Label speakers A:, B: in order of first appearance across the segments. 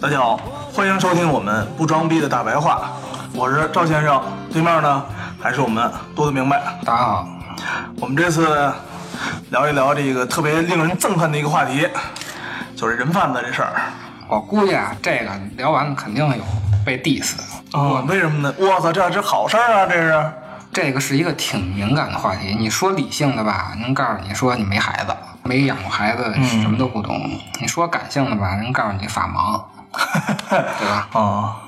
A: 大家好，欢迎收听我们不装逼的大白话，我是赵先生，对面呢还是我们多多明白。
B: 大家好，
A: 我们这次聊一聊这个特别令人憎恨的一个话题，就是人贩子这事儿。
B: 我估计啊，这个聊完肯定有被 diss 的。
A: 啊，为什么呢？我操，这这好事儿啊，这是。
B: 这个是一个挺敏感的话题，你说理性的吧，人告诉你说你没孩子，没养过孩子，什么都不懂；你说感性的吧，人告诉你法盲， 对吧？
A: 啊，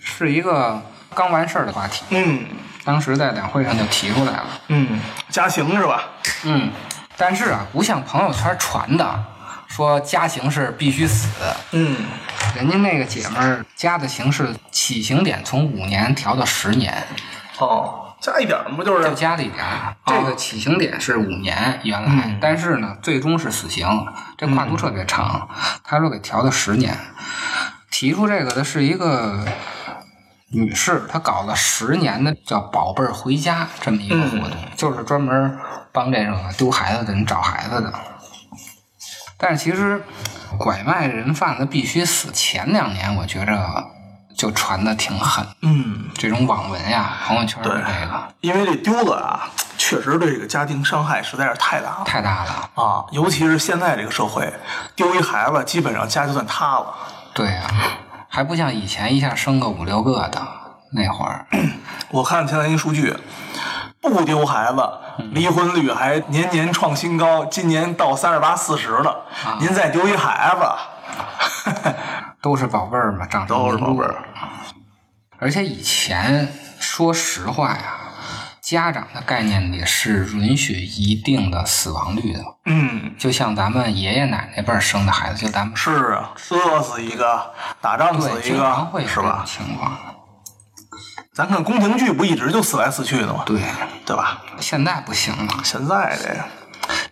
B: 是一个刚完事儿的话题，
A: 嗯
B: 当时在两会上就提出来了。
A: 嗯，加刑是吧？
B: 嗯，但是啊，不像朋友圈传的说加刑是必须死，
A: 嗯，
B: 人家那个姐们儿加的刑是起刑点从五年调到十年。
A: 哦，加一点儿不就？
B: 就是家里边儿，这个起刑点是五年原来，但是呢，最终是死刑，这跨度特别长，他说给调到十年。提出这个的是一个女士，她搞了十年的叫“宝贝儿回家”这么一个活动，就是专门帮这种丢孩子的人找孩子的。但是其实拐卖人贩子必须死，前两年我觉着就传的挺狠，
A: 嗯，
B: 这种网文呀、朋友圈儿的这个
A: 因为这丢了啊，确实对这个家庭伤害实在是太大了
B: 太大了。
A: 啊，尤其是现在这个社会，丢一孩子基本上家就算塌了。
B: 对啊，还不像以前一下生个五六个的那会儿。
A: 我看前两天一数据，不丢孩子，
B: 嗯
A: 离婚率还年年创新高，今年到三十八四十了。
B: 啊
A: 您再丢一孩子，
B: 都是宝贝儿嘛，长成
A: 都是
B: 名
A: 宝
B: 著
A: 贝儿。
B: 而且以前说实话呀，家长的概念里是允许一定的死亡率的，
A: 嗯，
B: 就像咱们爷爷奶奶辈儿生的孩子，就咱们
A: 是啊，饿死一个，打仗死
B: 对，
A: 一
B: 经常会
A: 个，
B: 有
A: 是
B: 这种
A: 吧？
B: 情况。
A: 咱看宫廷剧不一直就死来死去的吗？
B: 对，
A: 对吧？
B: 现在不行了。
A: 现在这个，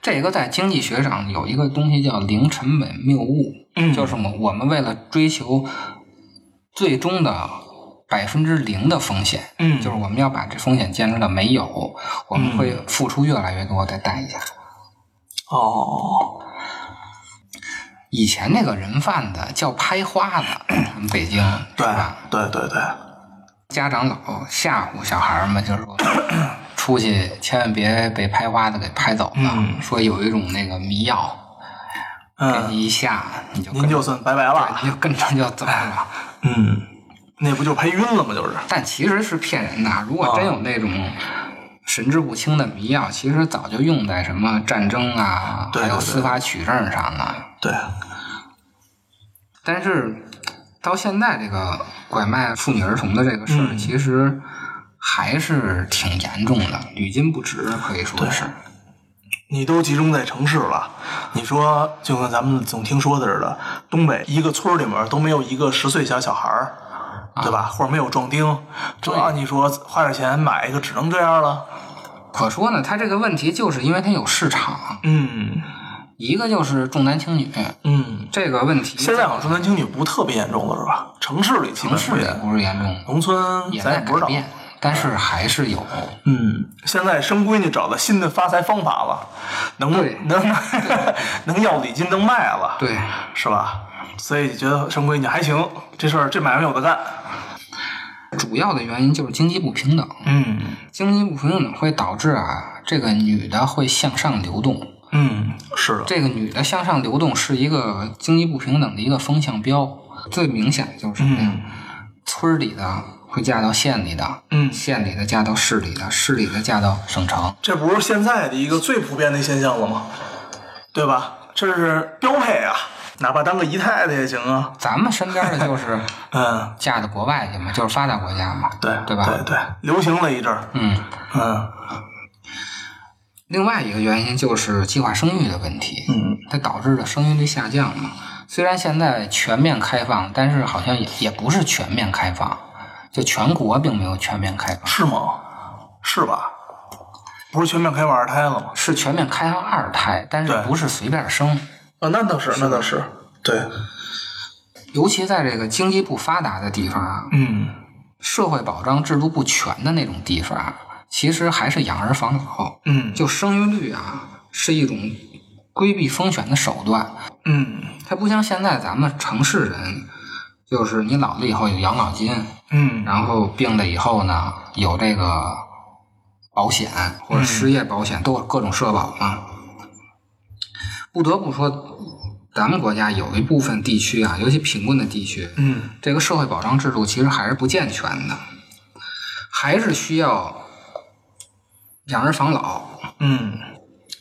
B: 这个在经济学上有一个东西叫零成本谬误，
A: 嗯
B: 就是我们我们为了追求最终的百分之零的风险，
A: 嗯
B: 就是我们要把这风险降低到没有，我们会付出越来越多的代价。
A: 哦，
B: 以前那个人贩子叫拍花 子，咱们北京是
A: 对
B: 吧？
A: 对对对，
B: 家长老吓唬小孩儿嘛，就是 说出去千万别被拍花子给拍走了，
A: 嗯
B: 说有一种那个迷药，给
A: 嗯，
B: 你一下你就跟
A: 您就算拜拜了，
B: 你就跟着就走了。
A: 嗯，那不就赔晕了吗？就是，
B: 但其实是骗人的。啊如果真
A: 啊
B: 有那种神志不清的迷药，其实早就用在什么战争啊，
A: 对对
B: 还有
A: 对
B: 司法取证上了。
A: 对，
B: 但是到现在这个拐卖妇女儿童的这个事儿，
A: 嗯
B: 其实还是挺严重的，屡禁不止，可以说是。
A: 你都集中在城市了，你说就跟咱们总听说的似的，东北一个村儿里面都没有一个十岁小小孩儿，对吧？或者没有壮丁，这
B: 啊对
A: 按你说花点钱买一个，只能这样了。
B: 可说呢，它这个问题就是因为它有市场，
A: 嗯
B: 一个就是重男轻女
A: 嗯，
B: 这个问题，
A: 现在好像重男轻女不特别严重了，是吧？城市里基
B: 城
A: 本
B: 市
A: 不
B: 也
A: 严重，
B: 不是严重的，
A: 农村
B: 也
A: 咱
B: 在
A: 也不知
B: 改
A: 道。
B: 变，但是还是有。
A: 嗯，现在生闺女找到新的发财方法了，能
B: 对
A: 能 能要礼金能卖了，
B: 对，
A: 是吧？所以觉得生闺女还行，这事儿这买卖有的干。
B: 主要的原因就是经济不平等，
A: 嗯
B: 经济不平等会导致啊，这个女的会向上流动，
A: 嗯，是的，
B: 这个女的向上流动是一个经济不平等的一个风向标，最明显的就是什么呀？村儿里的会嫁到县里的，
A: 嗯
B: 县里的嫁到市里的，市里的嫁到省城，
A: 这不是现在的一个最普遍的现象了吗？对吧？这是标配啊，哪怕当个姨太太也行啊。
B: 咱们身边的就是
A: 嗯，
B: 嫁到国外去嘛，就是发达国家嘛，
A: 对
B: 对吧？
A: 对对，流行了一阵儿。
B: 嗯，
A: 嗯
B: 另外一个原因就是计划生育的问题，
A: 嗯，
B: 它导致了生育率下降嘛。虽然现在全面开放，但是好像也也不是全面开放，就全国并没有全面开放，
A: 是吗？是吧？不是全面开放二胎了吗？
B: 是全面开放二胎，但是
A: 对
B: 不是随便生。
A: 啊，那倒是，那倒是，对，
B: 尤其在这个经济不发达的地方啊，
A: 嗯
B: 社会保障制度不全的那种地方啊，其实还是养儿防老，
A: 嗯
B: 就生育率啊是一种规避风险的手段。
A: 嗯
B: 它不像现在咱们城市人，就是你老了以后有养老金，
A: 嗯
B: 然后病了以后呢有这个保险或者失业保险，都有各种社保嘛。不得不说，咱们国家有一部分地区啊，尤其贫困的地区，
A: 嗯
B: 这个社会保障制度其实还是不健全的，还是需要养儿防老，
A: 嗯。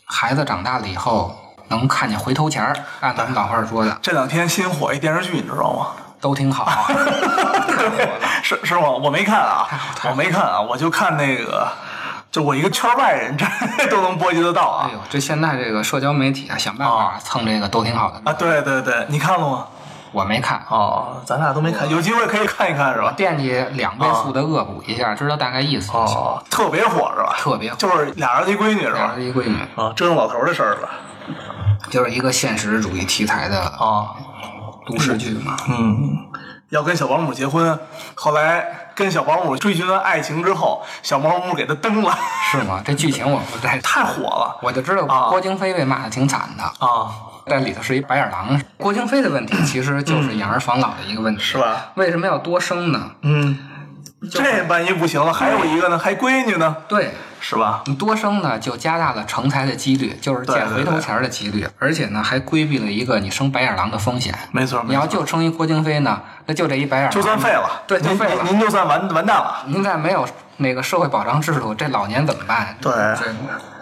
B: 孩子长大了以后能看见回头钱儿，按咱们老话儿说的
A: 这两天新火一电视剧，你知道吗？
B: 都挺好。
A: 是是吗？我没看啊，我没看啊，我就看那个，就我一个圈外人，这 都能波及得到啊
B: 哎呦，这现在这个社交媒体啊，想办法蹭这个都挺好的。
A: 啊！对对对，你看了吗？
B: 我没看，
A: 哦，咱俩都没看，有机会可以看一看是
B: 我
A: 吧？
B: 惦记两倍速的恶补一下，知道大概意思就 行。
A: 哦，特别火是吧？
B: 特别火
A: 就是俩儿子一闺女是
B: 两
A: 吧
B: 儿？一闺女，
A: 啊，折腾老头儿的事儿吧？
B: 就是一个现实主义题材的
A: 啊，
B: 都市剧嘛。
A: 嗯，要跟小保姆结婚，后来跟小保姆追寻了爱情之后，小保姆给他蹬了，
B: 是吗？这剧情我不太，
A: 嗯太火了
B: 我就知道
A: 啊
B: 郭京飞被骂的挺惨的，
A: 啊！
B: 但里头是一白眼狼。郭京飞的问题其实就是养儿防老的一个问题，
A: 嗯是吧？
B: 为什么要多生呢？
A: 嗯，这万一不行了，还有一个呢，还闺女呢，
B: 对，
A: 是吧？
B: 你多生呢，就加大了成才的几率，就是
A: 对
B: 见
A: 对
B: 回头
A: 对
B: 钱儿的几率，而且呢，还规避了一个你生白眼狼的风险。
A: 没错，
B: 你
A: 没错，
B: 要就生一郭京飞呢，那就这一白眼狼，
A: 就算废了，
B: 对，就
A: 您
B: 废
A: 您
B: 了。
A: 您就算完完蛋了。
B: 您再没有那个社会保障制度，这老年怎么办？
A: 对
B: 这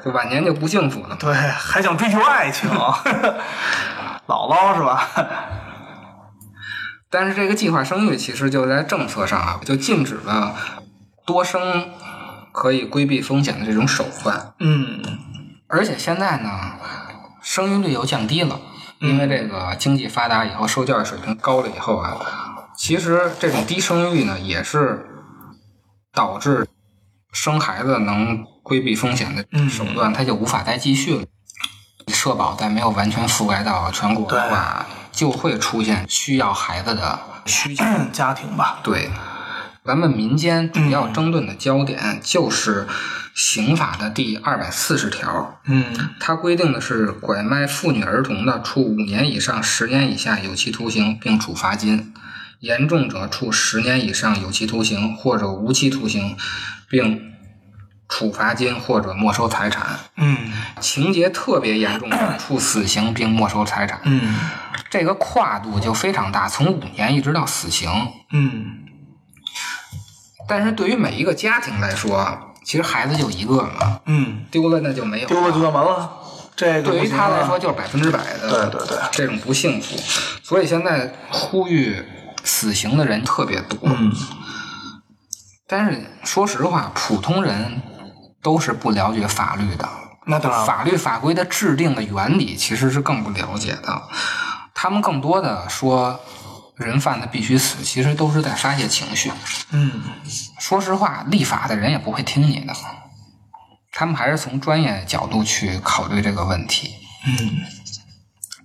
B: 这晚年就不幸福了。
A: 对，还想追求爱情， 姥姥是吧？
B: 但是这个计划生育其实就在政策上啊，就禁止了多生可以规避风险的这种手段。
A: 嗯
B: 而且现在呢，生育率又降低了，因为这个经济发达以后，受教育水平高了以后啊，其实这种低生育率呢，也是导致生孩子能规避风险的手段，它就无法再继续了。社保在没有完全覆盖到全国的话，就会出现需要孩子的需求。
A: 嗯家庭吧，
B: 对，咱们民间主要争论的焦点就是刑法的第二百四十条，
A: 嗯
B: 它规定的是拐卖妇女儿童的，处五年以上十年以下有期徒刑，并处罚金；严重者处十年以上有期徒刑或者无期徒刑，并处罚金或者没收财产；
A: 嗯
B: 情节特别严重者处死刑并没收财产。
A: 嗯
B: 这个跨度就非常大，从五年一直到死刑。
A: 嗯，
B: 但是对于每一个家庭来说，其实孩子就一个嘛，
A: 嗯，
B: 丢了那就没有
A: 丢了就算完了，这个
B: 对
A: 不
B: 于
A: 行
B: 他来
A: 啊
B: 说就是百分之百的，
A: 对对对
B: 啊这种不幸福。所以现在呼吁死刑的人特别多，
A: 嗯
B: 但是说实话，普通人都是不了解法律的，
A: 那当然了
B: 法律法规的制定的原理其实是更不了解的。他们更多的说人贩子必须死，其实都是在发泄情绪。
A: 嗯
B: 说实话，立法的人也不会听你的，他们还是从专业角度去考虑这个问题。嗯，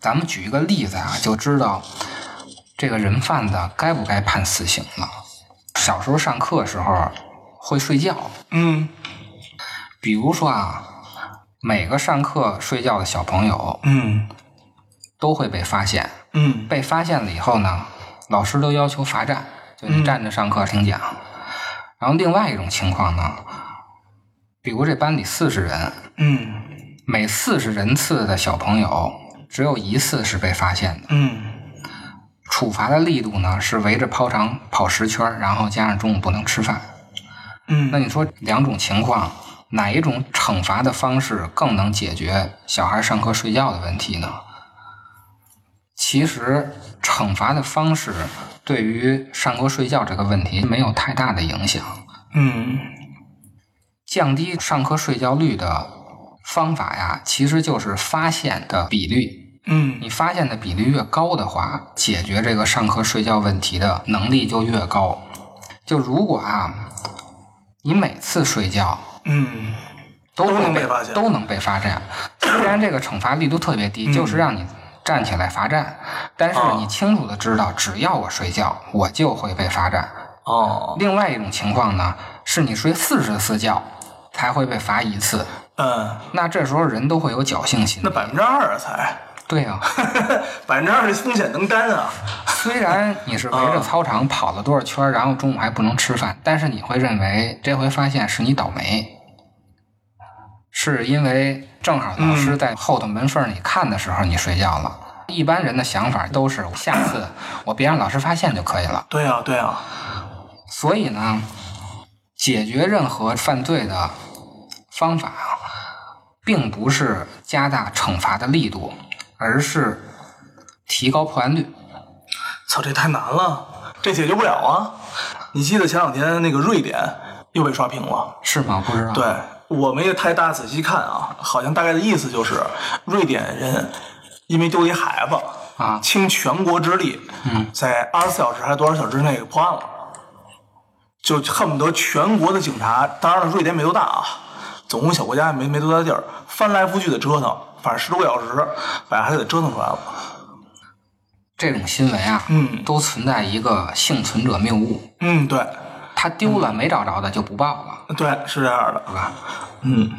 B: 咱们举一个例子啊，就知道这个人贩子该不该判死刑了。小时候上课时候会睡觉，
A: 嗯
B: 比如说啊，每个上课睡觉的小朋友
A: 嗯
B: 都会被发现，
A: 嗯
B: 被发现了以后呢，老师都要求罚站，就你站着上课听讲。然后另外一种情况呢，比如这班里四十人，
A: 嗯
B: 每四十人次的小朋友只有一次是被发现的，
A: 嗯
B: 处罚的力度呢是围着操场跑十圈儿，然后加上中午不能吃饭。那
A: 嗯，
B: 你说两种情况，哪一种惩罚的方式更能解决小孩上课睡觉的问题呢？其实，惩罚的方式对于上课睡觉这个问题没有太大的影响。
A: 嗯
B: 降低上课睡觉率的方法呀，其实就是发现的比率。
A: 嗯
B: 你发现的比例越高的话，解决这个上课睡觉问题的能力就越高。就如果啊，你每次睡觉
A: 嗯
B: 都
A: 都
B: 会
A: 能被发现嗯
B: 都能被罚站，虽然这个惩罚力度特别低，就是让你站起来罚站，但是
A: 啊
B: 你清楚的知道，只要我睡觉，我就会被罚站。
A: 哦
B: 另外一种情况呢，是你睡四十次觉才会被罚一次，
A: 嗯，
B: 那这时候人都会有侥幸心理
A: 那。百分之二啊才
B: 对啊。
A: 百分之二的风险能担啊。
B: 虽然你是围着操场跑了多少圈儿，然后中午还不能吃饭，但是你会认为这回发现是你倒霉，是因为正好老师在后头门缝儿里看的时候你睡觉了。一般人的想法都是下次我别让老师发现就可以了。
A: 对啊，对啊，
B: 所以呢，解决任何犯罪的方法啊，并不是加大惩罚的力度，而是提高破案率。
A: 操，这太难了，这解决不了啊。你记得前两天那个瑞典又被刷屏了。
B: 是吗？不知道。
A: 对，我没太大仔细看啊，好像大概的意思就是，瑞典人因为丢一孩子
B: 啊
A: 倾全国之力，
B: 嗯，
A: 在二十四小时还是多少小时之内给破案了，就恨不得全国的警察，当然了，瑞典没多大啊，总共小国家也没没多大地儿，翻来覆去的折腾，反正十多个小时，把孩子给折腾出来了。
B: 这种新闻啊，
A: 嗯
B: 都存在一个幸存者谬误，
A: 嗯，对，
B: 他丢了没找着的就不报了，
A: 对，是这样的，
B: 对吧？
A: 嗯，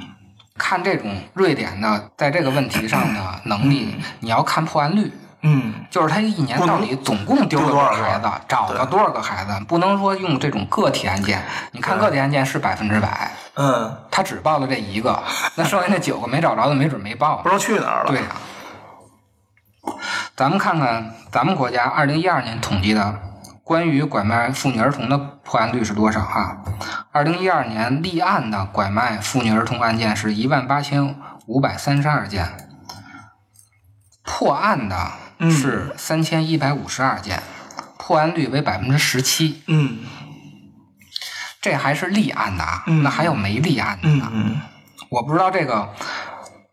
B: 看这种瑞典的在这个问题上的能力，你要看破案率，
A: 嗯，
B: 就是他一年到底总共丢了
A: 丢
B: 多
A: 多
B: 少
A: 少个
B: 孩子，找了多少个孩子，不能说用这种个体案件，你看个体案件是百分之百，
A: 嗯，
B: 他只报了这一个，那剩下那九个没找着的没准没报
A: 不。知道去哪儿了。
B: 对呀、咱们看看咱们国家二零一二年统计的关于拐卖妇女儿童的破案率是多少啊？二零一二年立案的拐卖妇女儿童案件是一万八千五百三十二件，破案的
A: 嗯
B: 是三千一百五十二件，破案率为百分之十七。
A: 嗯
B: 这还是立案的啊，
A: 嗯
B: 那还有没立案的啊
A: 嗯
B: 呢？
A: 嗯
B: 我不知道这个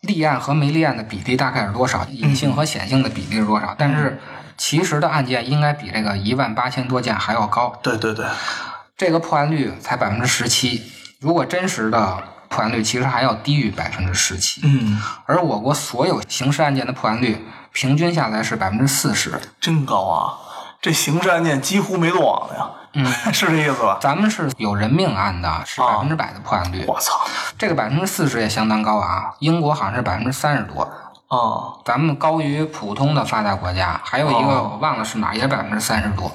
B: 立案和没立案的比例大概是多少，隐性和显性的比例是多少，但是其实的案件应该比这个一万八千多件还要高，
A: 对对对，
B: 这个破案率才百分之十七，如果真实的破案率其实还要低于百分之十七，
A: 嗯，
B: 而我国所有刑事案件的破案率平均下来是百分之四十，
A: 真高啊！这刑事案件几乎没落网了呀，嗯， 是这意思吧？
B: 咱们是有人命案的，是百分之百的破案率，
A: 我操
B: 这个百分之四十也相当高啊，英国好像是百分之三十多，
A: 啊！
B: 咱们高于普通的发达国家，还有一个
A: 哦
B: 我忘了是哪儿，也百分之三十多。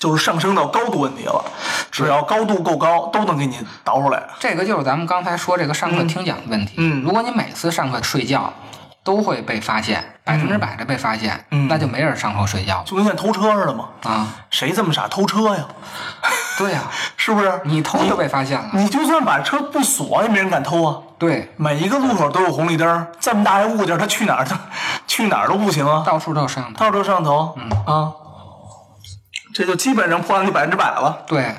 A: 就是上升到高度问题了，只要高度够高，都能给你倒出来。
B: 这个就是咱们刚才说这个上课听讲的问题。
A: 嗯
B: 如果你每次上课睡觉都会被发现，百分之百的被发现，
A: 嗯
B: 那就没人上课睡觉
A: 就跟现在偷车似的嘛，
B: 啊。
A: 谁这么傻偷车呀？
B: 对呀、
A: 是不是？
B: 你偷就被发现了。
A: 你就算把车不锁，也没人敢偷啊。
B: 对，
A: 每一个路口都有红绿灯儿，这么大一物件儿，它去哪儿它去哪儿都不行啊，
B: 到处都有摄像头。
A: 到处摄像头，嗯啊，这就基本上破案率百分之百了。
B: 对，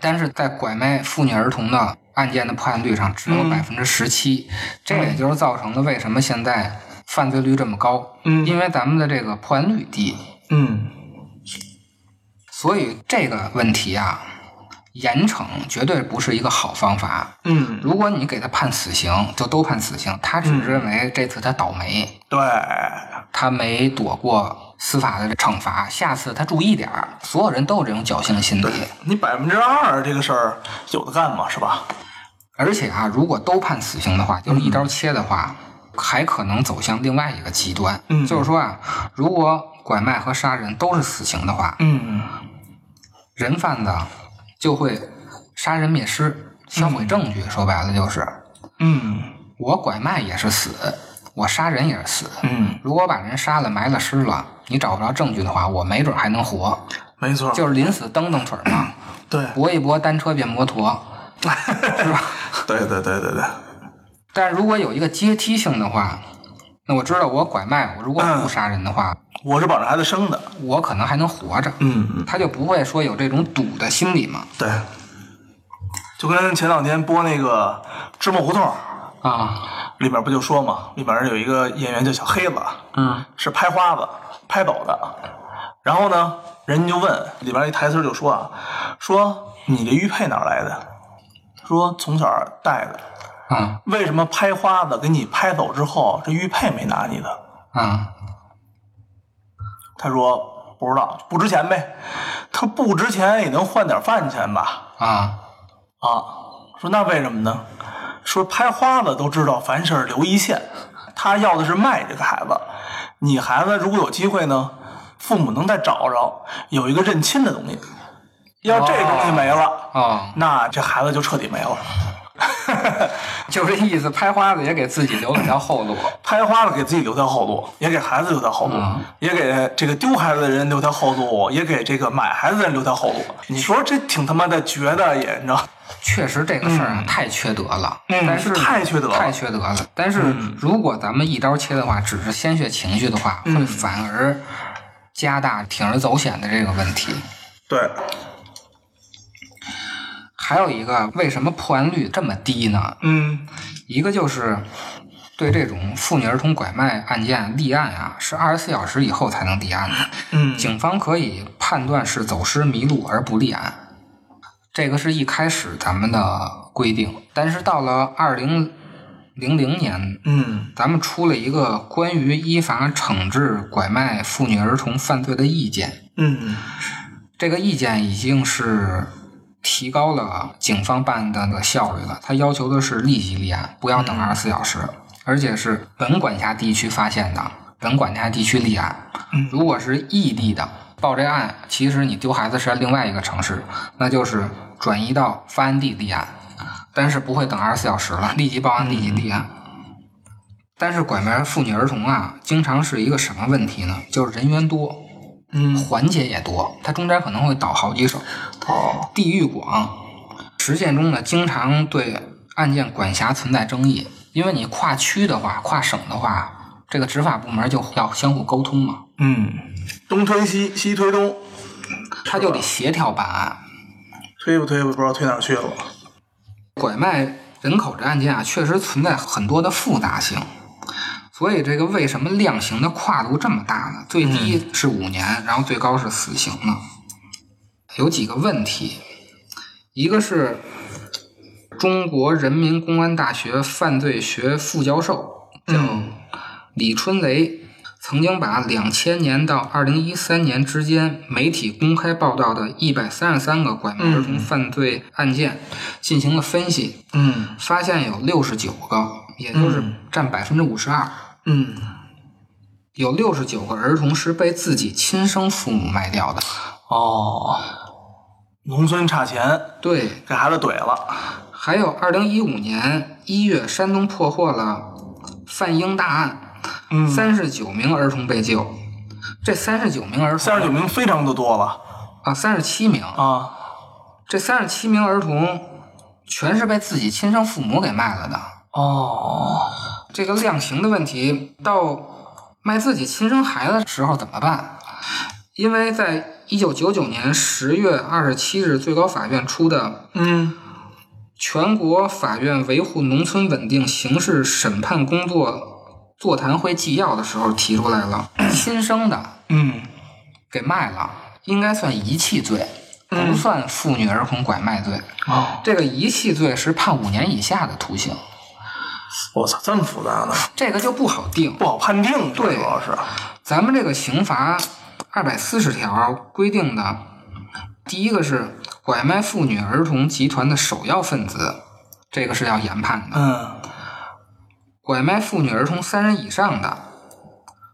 B: 但是在拐卖妇女儿童的案件的破案率上只
A: 嗯
B: 有百分之十七，这也就是造成了为什么现在犯罪率这么高。
A: 嗯
B: 因为咱们的这个破案率低。
A: 嗯
B: 所以这个问题啊，严惩绝对不是一个好方法。
A: 嗯，
B: 如果你给他判死刑，就都判死刑。他只认为这次他倒霉，
A: 对，
B: 他没躲过司法的惩罚，下次他注意点儿。所有人都有这种侥幸心理。
A: 你百分之二这个事儿有的干嘛是吧？
B: 而且啊，如果都判死刑的话，
A: 嗯
B: 就是一刀切的话，还可能走向另外一个极端。
A: 嗯
B: 就是说啊，如果拐卖和杀人都是死刑的话，
A: 嗯
B: 人贩子就会杀人灭尸、销毁证据。说白了就是，
A: 嗯
B: 我拐卖也是死，我杀人也是死。
A: 嗯，
B: 如果把人杀了、埋了、尸了，你找不着证据的话，我没准还能活，
A: 没错，
B: 就是临死蹬蹬腿儿嘛，
A: 对
B: 搏一搏，单车变摩托，是吧？
A: 对对对对对，
B: 但如果有一个阶梯性的话，那我知道我拐卖，我如果不
A: 嗯
B: 杀人的话，
A: 我是保着孩子生的。
B: 我可能还能活着，
A: 嗯，
B: 他就不会说有这种赌的心理嘛。
A: 对，就跟前两天播那个《芝麻胡同》，
B: 啊，
A: 里边不就说嘛，里边有一个演员叫小黑子，
B: 嗯
A: 是拍花子、拍狗的。然后呢，人家就问里边一台词就说啊，说你这玉佩哪儿来的？说从小带的。
B: 啊
A: 为什么拍花子给你拍走之后，这玉佩没拿你的？
B: 啊
A: 他说不知道，不值钱呗。他不值钱也能换点饭钱吧？
B: 啊
A: 啊，说那为什么呢？说拍花子都知道凡事留一线，他要的是卖这个孩子。你孩子如果有机会呢，父母能再找着有一个认亲的东西。要这东西没了，
B: 哦，
A: 那这孩子就彻底没了。
B: 就这意思，拍花子也给自己留了条后 路。
A: 拍花了给自己留条后路，也给孩子留条后路，也给这个丢孩子的人留条后路，也给这个买孩子的人留条后路。你说这挺他妈的绝的也，你知道？
B: 确实这个事儿啊、太缺德了，
A: 嗯
B: 但是
A: 太缺德了嗯
B: 太缺德了。但是如果咱们一刀切的话，只是鲜血情绪的话，会反而加大铤而走险的这个问题。
A: 对，
B: 还有一个，为什么破案率这么低呢？
A: 嗯
B: 一个就是对这种妇女儿童拐卖案件立案啊，是二十四小时以后才能立案的，
A: 嗯
B: 警方可以判断是走失、迷路而不立案。这个是一开始咱们的规定，但是到了二零零零年，
A: 嗯
B: 咱们出了一个关于依法惩治拐卖妇女儿童犯罪的意见，
A: 嗯
B: 这个意见已经是提高了啊警方办案的那个效率了。它要求的是立即立案，不要等二十四小时，而且是本管辖地区发现的，本管辖地区立案。如果是异地的报这案，其实你丢孩子是在另外一个城市，那就是转移到发案地立案，但是不会等二十四小时了，立即报案，立即立案。但是拐卖妇女儿童啊，经常是一个什么问题呢？就是人员多，
A: 嗯，
B: 环节也多，它中间可能会倒好几手。
A: 哦，
B: 地域广，实践中呢，经常对案件管辖存在争议，因为你跨区的话，跨省的话，这个执法部门就要相互沟通嘛，
A: 嗯，东推西，西推东，
B: 他就得协调办案。
A: 推不推不知道推哪儿去了。
B: 拐卖人口这案件啊，确实存在很多的复杂性，所以这个为什么量刑的跨度这么大呢？最低是五年，然后最高是死刑呢？有几个问题，一个是中国人民公安大学犯罪学副教授叫李春雷。曾经把两千年到二零一三年之间媒体公开报道的一百三十三个拐卖儿童犯罪案件进行了分析，
A: 嗯
B: 发现有六十九个，也就是
A: 嗯
B: 占百分之五十二，
A: 嗯，
B: 有六十九个儿童是被自己亲生父母卖掉的。
A: 哦，农村差钱
B: 对，
A: 给孩子怼了。
B: 还有二零一五年一月，山东破获了贩婴大案，
A: 嗯
B: 三十九名儿童被救。这三十九名儿童，
A: 三十九名非常的多了
B: 啊，三十七名，
A: 啊！
B: 这三十七名儿童全是被自己亲生父母给卖了的。
A: 哦，
B: 这个量刑的问题，到卖自己亲生孩子的时候怎么办？因为在一九九九年十月二十七日，最高法院出的
A: 嗯
B: 《全国法院维护农村稳定刑事审判工作座谈会纪要》的时候提出来了，亲生的
A: 嗯
B: 给卖了，应该算遗弃罪，不算妇女儿童拐卖罪。
A: 哦，
B: 这个遗弃罪是判五年以下的徒刑，
A: 我操，这么复杂呢，
B: 这个就不好定。
A: 不好判定，这
B: 对
A: 主要是。
B: 咱们这个刑罚二百四十条规定的，第一个是拐卖妇女儿童集团的首要分子，这个是要严判的；
A: 嗯
B: 拐卖妇女儿童三人以上的，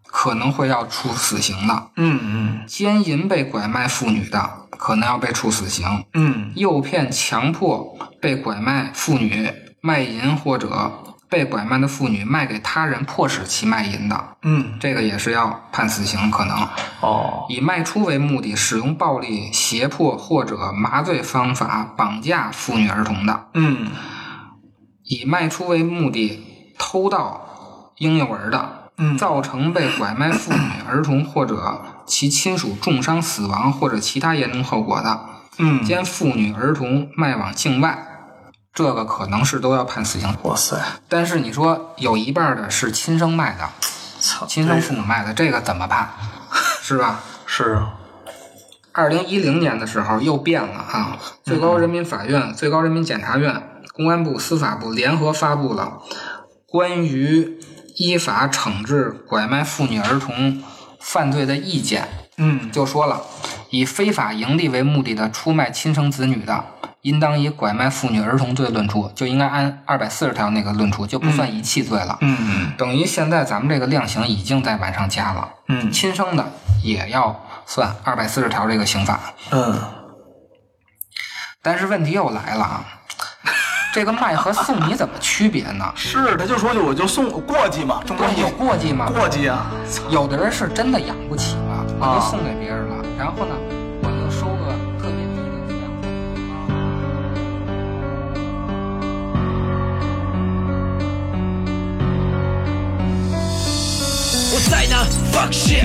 B: 可能会要处死刑的；
A: 嗯
B: 奸淫被拐卖妇女的，可能要被处死刑；
A: 嗯
B: 诱骗、强迫被拐卖妇女卖淫或者被拐卖的妇女卖给他人，迫使其卖淫的，
A: 嗯嗯，
B: 这个也是要判死刑，可能。
A: 哦，
B: 以卖出为目的，使用暴力、胁迫或者麻醉方法绑架妇女儿童的；
A: 嗯
B: 以卖出为目的偷盗婴幼儿的；
A: 嗯
B: 造成被拐卖妇女、儿童或者其亲属重伤、死亡或者其他严重后果的；
A: 嗯
B: 将妇女、儿童卖往境外。这个可能是都要判死刑。
A: 哇塞，
B: 但是你说有一半的是亲生卖的，
A: 操，
B: 亲生父母卖的，这个怎么判？ 是吧？
A: 是啊，
B: 二零一零年的时候又变了啊，最高人民法院、最高人民检察院、公安部、司法部联合发布了关于依法惩治拐卖妇女儿童犯罪的意见，
A: 嗯，
B: 就说了，以非法盈利为目的的出卖亲生子女的，应当以拐卖妇女儿童罪论处，就应该按二百四十条那个论处，就不算遗弃罪了。
A: 嗯
B: 等于现在咱们这个量刑已经在往上加了，
A: 嗯
B: 亲生的也要算二百四十条这个刑法。
A: 嗯，？
B: 但是问题又来了啊，这个卖和送你怎么区别呢
A: 是，他就说我就送过继嘛，中国
B: 有过继吗？
A: 过继啊，
B: 有的人是真的养不起嘛，
A: 啊
B: 我就送给别人了，然后呢，我就收个特别低的这样的。
C: 我在呢，fuck shit，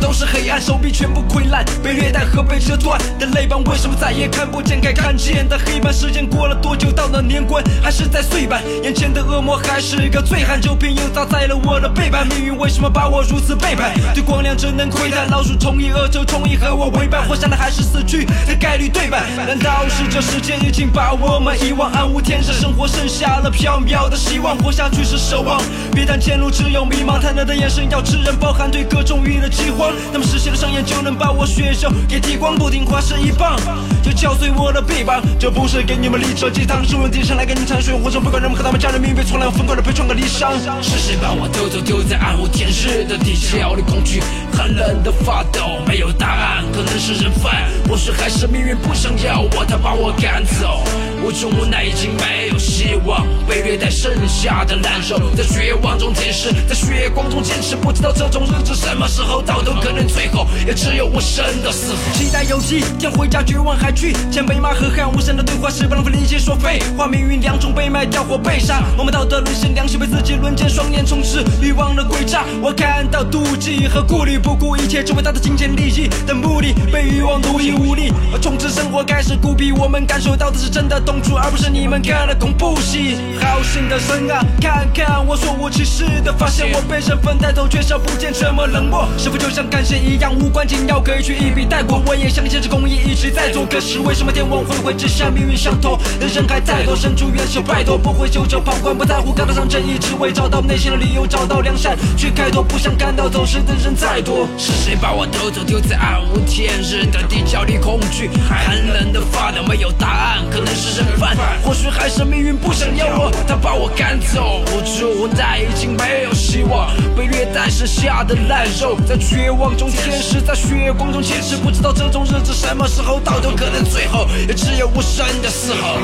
C: 都是黑暗，手臂全部溃烂，被虐待和被折断的肋旁，为什么再也看不见该看见的黑板？时间过了多久？到了年关还是在碎板，眼前的恶魔还是个醉汉，酒瓶映照在了我的背叛，命运为什么把我如此背叛？对光亮只能窥探，老鼠虫蚁恶臭虫蚁和我为伴，活下来还是死去的概率对半？难道是这时间已经把我们遗忘？暗无天日，生活剩下了缥缈的希望，活下去是奢望，别谈前路，只有迷茫。贪婪的眼神要吃人，包含对各种欲的饥荒。那么实现的上演就能把我血肉给剃光，不听话是一棒，就敲碎我的臂膀。这不是给你们立扯鸡汤，是用精神来给你们产水。活成不管人们和他们家人命被传染，疯狂的被创个离殇。是谁把我丢走，丢在暗无天日的地窖里，恐惧寒冷的发抖，没有答案，可能是人贩，或许还是命运不想要我，他把我赶走。无穷无奈已经没有希望，被虐待剩下的难受，在绝望中舔舐，在血光中坚持，不知道这种日子什么时候到头，可能最后也只有我生的时候。期待有一天回家，绝望还去见北马和汉无声的对话，是不浪费力气说废话，命运两种被卖掉或被杀，我们道德沦陷，良心被自己轮奸，双眼充斥欲望的诡诈，我看到妒忌和顾虑，不顾一切只为他的金钱利益的目的，被欲望奴役无力，而充斥生活开始孤僻，我们感受到的是真的痛楚，而不是你们看的恐怖戏。好心的人啊，看看我所无其事的发现，我被身份带头，却少不见什么冷漠，是否就像感谢一样无关紧要，可以去一笔带过？我也相信是公益一直在做，可是为什么天网恢恢，只向命运相投？人生还在多，伸出援手，拜托，不会袖手旁观，不在乎高大上正义，只为找到内心的理由，找到良善去开拓，不想感到走失的人再多。是谁把我偷走，丢在暗无天日的地窖里，恐惧寒冷的发抖，没有答案，可能是人贩，或许还是命运不想要我，他把我赶走，无助无奈，已经没有希望，被虐待时下的烂肉，在绝望中舔舐，在血光中坚持，不知道这种日子什么时候到头，可能最后也只有无声的嘶吼。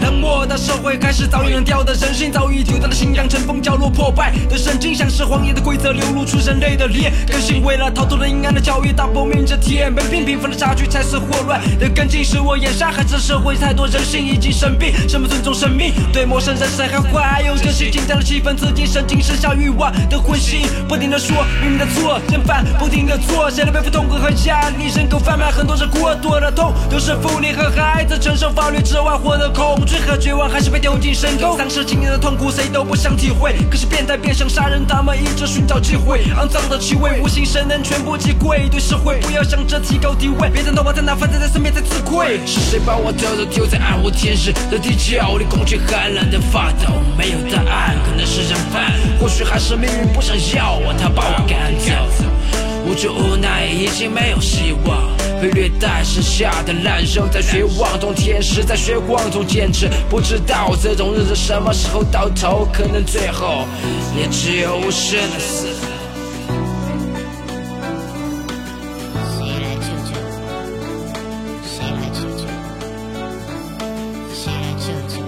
C: 冷漠的社会开始早已冷掉的人性，早已丢掉的信仰，尘封角落破败的神经，像是荒野的规则流露出人类的脸。更新为了逃脱了阴暗的教育，打破命着体验，每片贫富的差距才是霍乱的根茎，使我眼瞎。还是社会太多人性已经生病，什么尊重生命？对陌生人谁还怀有真心？紧张的气氛，刺激神经，剩下欲望的荤腥，不停的说明明的错，人贩不停的做，谁能背负痛苦和压力？人口贩卖，很多人过多的痛，都是妇女和孩子承受法律之外获得恐惧和绝望，还是被丢进深沟。丧失经验的痛苦，谁都不想体会。可是变态变相杀人，他们一直寻找机会，肮脏的气味，无形神能全部击溃。对社会，不要想着提高地位，别等到我在哪，反正在身边才自愧。是谁把我丢着丢在暗无天日的地窖里，恐惧寒冷的发抖，没有答案，可能是人贩，或许还是命运不想要我，他把我赶走。无助无奈，已经没有希望。被虐待时下的烂肉，在绝望中舔舐，在绝望中坚持。不知道这种日子什么时候到头，可能最后也只有无声的嘶吼。
D: 谁来救救我？谁来救救我？谁来救救